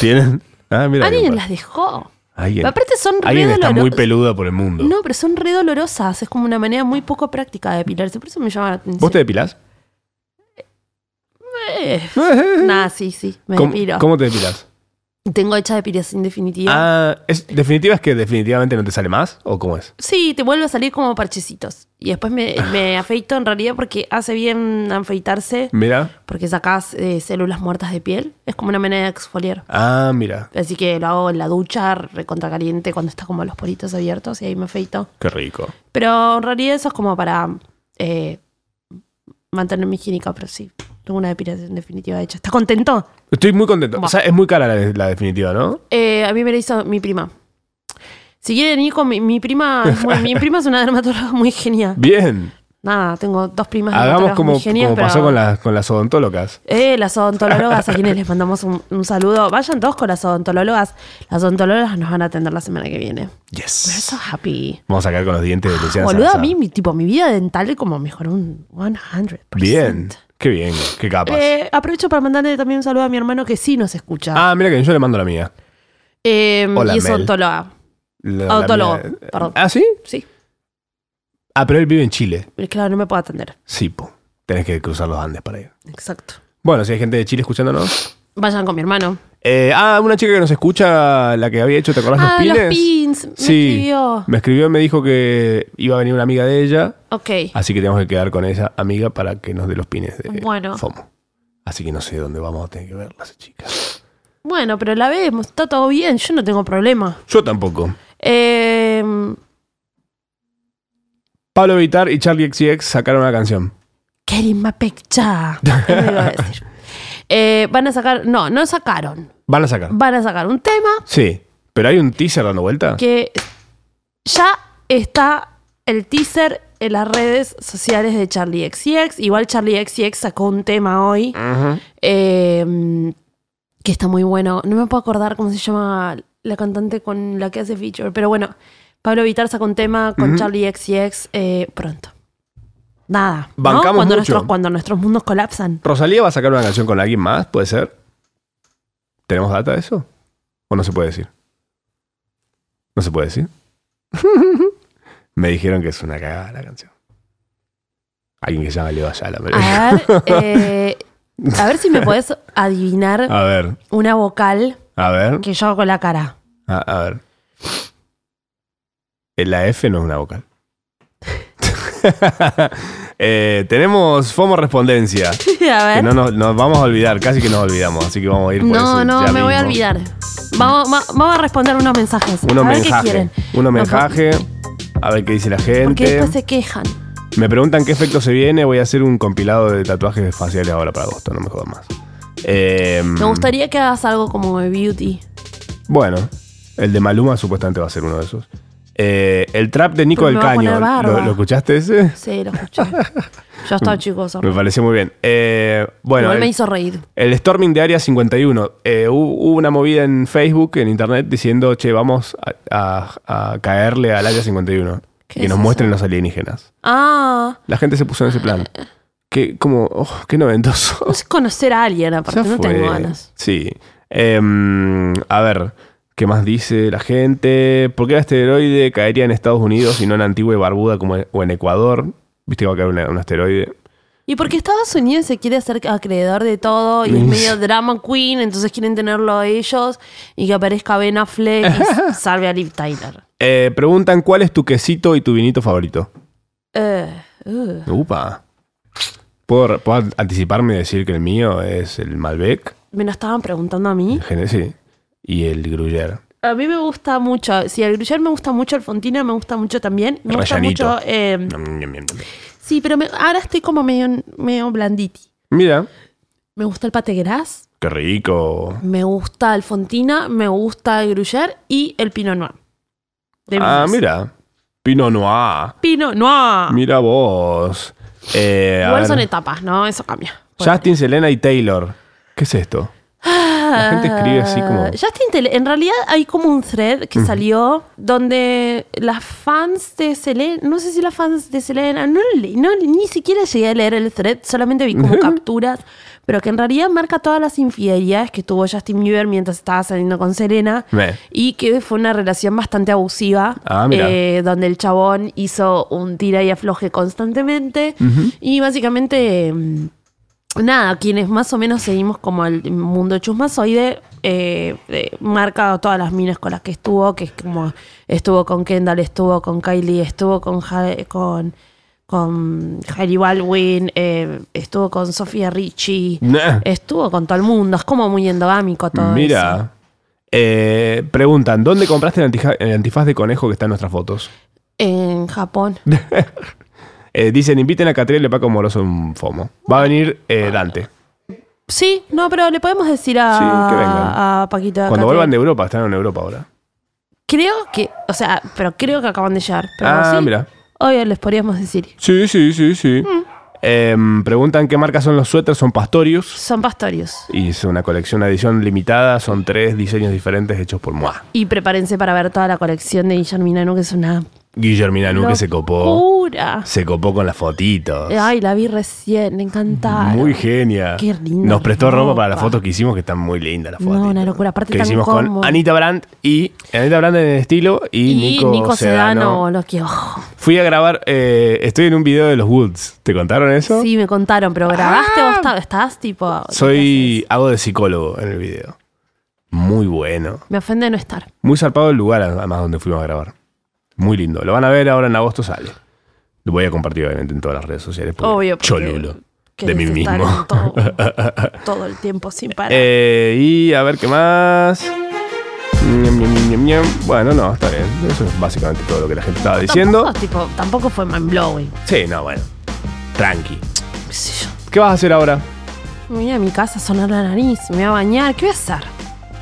¿Tienen? Ah, mira. qué
Alguien
pa-
las dejó.
Alguien,
Pero aparte son re
alguien está muy
dolorosas.
peluda por el mundo.
No, pero son re dolorosas. Es como una manera muy poco práctica de depilarse. Por eso me llama la atención.
¿Vos te depilás?
Eh, Nah, sí, sí. Me
Mm. ¿Cómo,
depilo.
cómo te depilás?
Tengo hecha depilación definitiva.
Ah, ¿es, ¿Definitiva es que definitivamente no te sale más? ¿O cómo es?
Sí, te vuelve a salir como parchecitos. Y después me,
Ah.
me afeito en realidad porque hace bien
Mm.
afeitarse.
Mira.
Porque sacás eh, células muertas de piel. Es como una manera de exfoliar.
Ah, mira.
Así que lo hago en la ducha, recontra caliente, cuando está como los poritos abiertos y ahí me afeito.
Qué rico.
Pero en realidad eso es como para eh, mantenerme higiénica, pero sí. Tengo una depilación definitiva hecha. ¿Estás contento?
Estoy muy contento.
Buah.
O sea, es muy cara la, de- la definitiva, ¿no?
Eh, a mí me la hizo mi prima. Si quieren ir con mi, mi prima, es muy- mi prima es una dermatóloga muy genial.
Bien.
Nada, tengo dos primas
Hagamos
dermatólogas
como,
muy genias,
como
pero-
pasó con, las con las odontólogas.
Eh, las odontólogas, a quienes les mandamos un, un saludo. Vayan todos con las odontólogas. Las odontólogas nos van a atender la semana que viene. We're
Yes.
so happy.
Vamos a sacar con los dientes de Luciana
Boludo, a
Salazar.
mí, mi, tipo, mi vida dental como mejoró un 100%.
Bien. Qué bien. Qué capas.
Eh, aprovecho para mandarle también un saludo a mi hermano que sí nos escucha.
Ah, mira que yo le mando la mía.
Eh,
hola,
y es
Mel.
odontóloga.
La- la
Odontólogo,
mía-
perdón.
¿Ah, sí?
Sí,
Ah, pero él vive en Chile.
pero claro, no me puedo atender.
Sí, po. Tenés que cruzar los Andes para ir.
Exacto.
Bueno, si hay gente de Chile escuchándonos.
Vayan con mi hermano.
Eh, ah, una chica que nos escucha, la que había hecho, ¿te acordás? los
ah,
pines.
los pins. Me
sí.
escribió.
Me escribió y me dijo que iba a venir una amiga de ella,
Ok.
así que tenemos que quedar con esa amiga para que nos dé los pines de
Bueno.
FOMO. Así que no sé dónde vamos a tener que verla esa chica.
Bueno, pero la vemos. Está todo bien. Yo no tengo problema.
Yo tampoco.
Eh,
Pablo Vitar y Charlie XCX sacaron una canción.
Getting my picture. Eso iba a decir. Eh, van a sacar. No, no sacaron.
Van a sacar.
Van a sacar un tema
Sí. Pero hay un teaser dando vuelta.
que ya está el teaser en las redes sociales de Charlie XCX. Igual Charlie XCX sacó un tema hoy
Ujú.
eh, que está muy bueno. No me puedo acordar cómo se llama la cantante con la que hace feature, pero bueno, Pablo Vitar sacó un tema con
Ujú.
Charlie XCX eh, pronto. Nada. ¿no?
Bancamos
cuando,
mucho.
Nuestros, cuando nuestros mundos colapsan.
Rosalía va a sacar una canción con alguien más, ¿puede ser? ¿Tenemos data de eso? ¿O no se puede decir? ¿No se puede decir? Me dijeron que es una cagada la canción. Alguien que se llama Leo Ayala. me lo dijo.
A ver, eh, a ver si me podés adivinar
A ver,
una vocal
a ver,
que yo hago con la cara.
a, a ver. Eh, La F no es una vocal. Eh, tenemos FOMO Respondencia.
A
Que
ver.
no nos, nos vamos a olvidar, casi que nos olvidamos. Así que vamos a ir por
¿Eh? No,
eso
no, me
ya
voy a
mismo.
olvidar. Vamos, va- vamos a responder unos mensajes.
Un
a ver qué
homenaje.
quieren.
Un homenaje.
No,
A ver qué dice la
Porque
gente.
después se quejan.
Me preguntan qué efecto se viene. Voy a hacer un compilado de tatuajes faciales ahora para agosto, no me jodas más. Eh,
Me gustaría que hagas algo como de beauty.
Bueno, el de Maluma supuestamente va a ser uno de esos. Eh, el trap de Nico
Pero me
del
va a
Caño.
poner barba.
¿Lo, lo escuchaste ese?
Sí, lo escuché. Yo estaba chicoso.
Me pareció muy bien. Eh, bueno,
Igual
el-
me hizo reír.
El Storming de Área 51. Eh, hu- hubo una movida en Facebook, en internet, diciendo, che, vamos a, a- a caerle al Área 51.
¿Qué
Que
es
nos
eso?
muestren los alienígenas.
Ah,
La gente se puso en ese plan. Que como, oh, qué noventoso.
no sé conocer a alguien,
Ya
aparte, no tengo ganas.
Sí. Em, a ver, ¿qué más dice la gente? ¿Por qué el asteroide caería en Estados Unidos y no en Antigua y Barbuda como en- o en Ecuador? Viste que va a caer una- un asteroide.
Y porque Estados Unidos se quiere hacer acreedor de todo
Mm.
y es medio drama queen, entonces quieren tenerlo ellos y que aparezca Ben Affleck y salve a Liv Tyler.
Eh, preguntan, ¿cuál es tu quesito y tu vinito favorito?
Eh, uh.
Upa. ¿Puedo, puedo anticiparme y decir que el mío es el Malbec?
Me lo estaban preguntando a mí.
El Genesis y el Gruyère.
A mí me gusta mucho. Si el Gruyère me gusta mucho, el Fontina me gusta mucho también. Me gusta
Rellanito.
mucho. eh,
Mm,
sí, pero me- ahora estoy como medio, medio blanditi.
Mira,
Me gusta el pate gras,
qué rico.
me gusta el fontina, me gusta el gruyère y el pinot noir. De
Ah,
vinos.
mira. Pinot Noir.
Pinot noir.
Mira vos. Eh, a
Ah. Igual
ver.
son etapas, ¿no? Eso cambia. Bueno.
Justin, Selena y Taylor. ¿Qué es esto? La gente escribe así como-
Ah, Justin Tele- en realidad hay como un thread que salió donde las fans de Selena, no sé si las fans de Selena, no, lo leí, no- ni siquiera llegué a leer el thread, solamente vi como capturas, pero que en realidad marca todas las infidelidades que tuvo Justin Bieber mientras estaba saliendo con Selena
Ve.
y que fue una relación bastante abusiva,
Ah, mira.
eh, donde el chabón hizo un tira y afloje constantemente y básicamente... mm, nada, quienes más o menos seguimos como el mundo chusmazoide, eh, eh, marca todas las minas con las que estuvo, que es como estuvo con Kendall, estuvo con Kylie, estuvo con Ja- con con Harry Baldwin, eh, estuvo con Sofía Richie,
Nah.
estuvo con todo el mundo, es como muy endogámico todo eso.
Mira. Eh, preguntan, ¿dónde compraste el, antija- el antifaz de conejo que está en nuestras fotos?
En Japón.
Eh, dicen, inviten a Catriel y a Paco Moroso un FOMO. Va a venir
Ah.
eh, Dante.
Sí, no, pero le podemos decir a,
Sí, que vengan.
a Paquito. de
Cuando
Catrín.
vuelvan de Europa, están en Europa ahora.
Creo que, o sea, pero creo que acaban de llegar. Pero
Ah,
sí,
mira.
Obvio, les podríamos decir.
Sí, sí, sí, sí. Mm. Em, preguntan qué marca son los suéteres, son pastorios.
Son pastorios.
Y es una colección, una edición limitada, son tres diseños diferentes hechos por Moa.
Y prepárense para ver toda la colección de Guillermina Anu, que es una
Guillermina Nuque se copó.
locura.
Se copó con las fotitos.
Ay, la vi recién, me encantaba.
Muy genia.
Qué linda
Nos prestó ropa. para las
ropa.
fotos que hicimos, que están muy lindas las
No,
fotos.
una locura. Aparte
que
tan
hicimos
cómodo.
con Anita Brandt y Anita Brandt en el estilo y,
Y
Nico, Sedano.
lo que... oh.
Fui a grabar, eh, estoy en un video de los Woods. ¿Te contaron eso?
Sí, me contaron, pero grabaste o estabas, estabas tipo...
Ah. Soy, hago de psicólogo en el video. Muy bueno.
Me ofende no estar.
Muy zarpado el lugar, además, donde fuimos a grabar. Muy lindo. Lo van a ver ahora en agosto sale. Lo voy a compartir, obviamente, en todas las redes sociales. porque
Obvio. porque
Cholulo. De mí
querés estar
mismo.
en Todo, todo el tiempo sin parar.
Eh, y a ver qué más. Ñam, ñam, ñam, ñam, ñam. Bueno, no, está bien. Eso es básicamente todo lo que la gente estaba diciendo.
Tampoco, tipo, tampoco fue mind blowing.
Sí, no, bueno. Tranqui.
Qué sé yo.
¿Qué vas a hacer ahora?
Me voy a mi casa a sonar la nariz, me voy a bañar. ¿Qué voy a hacer?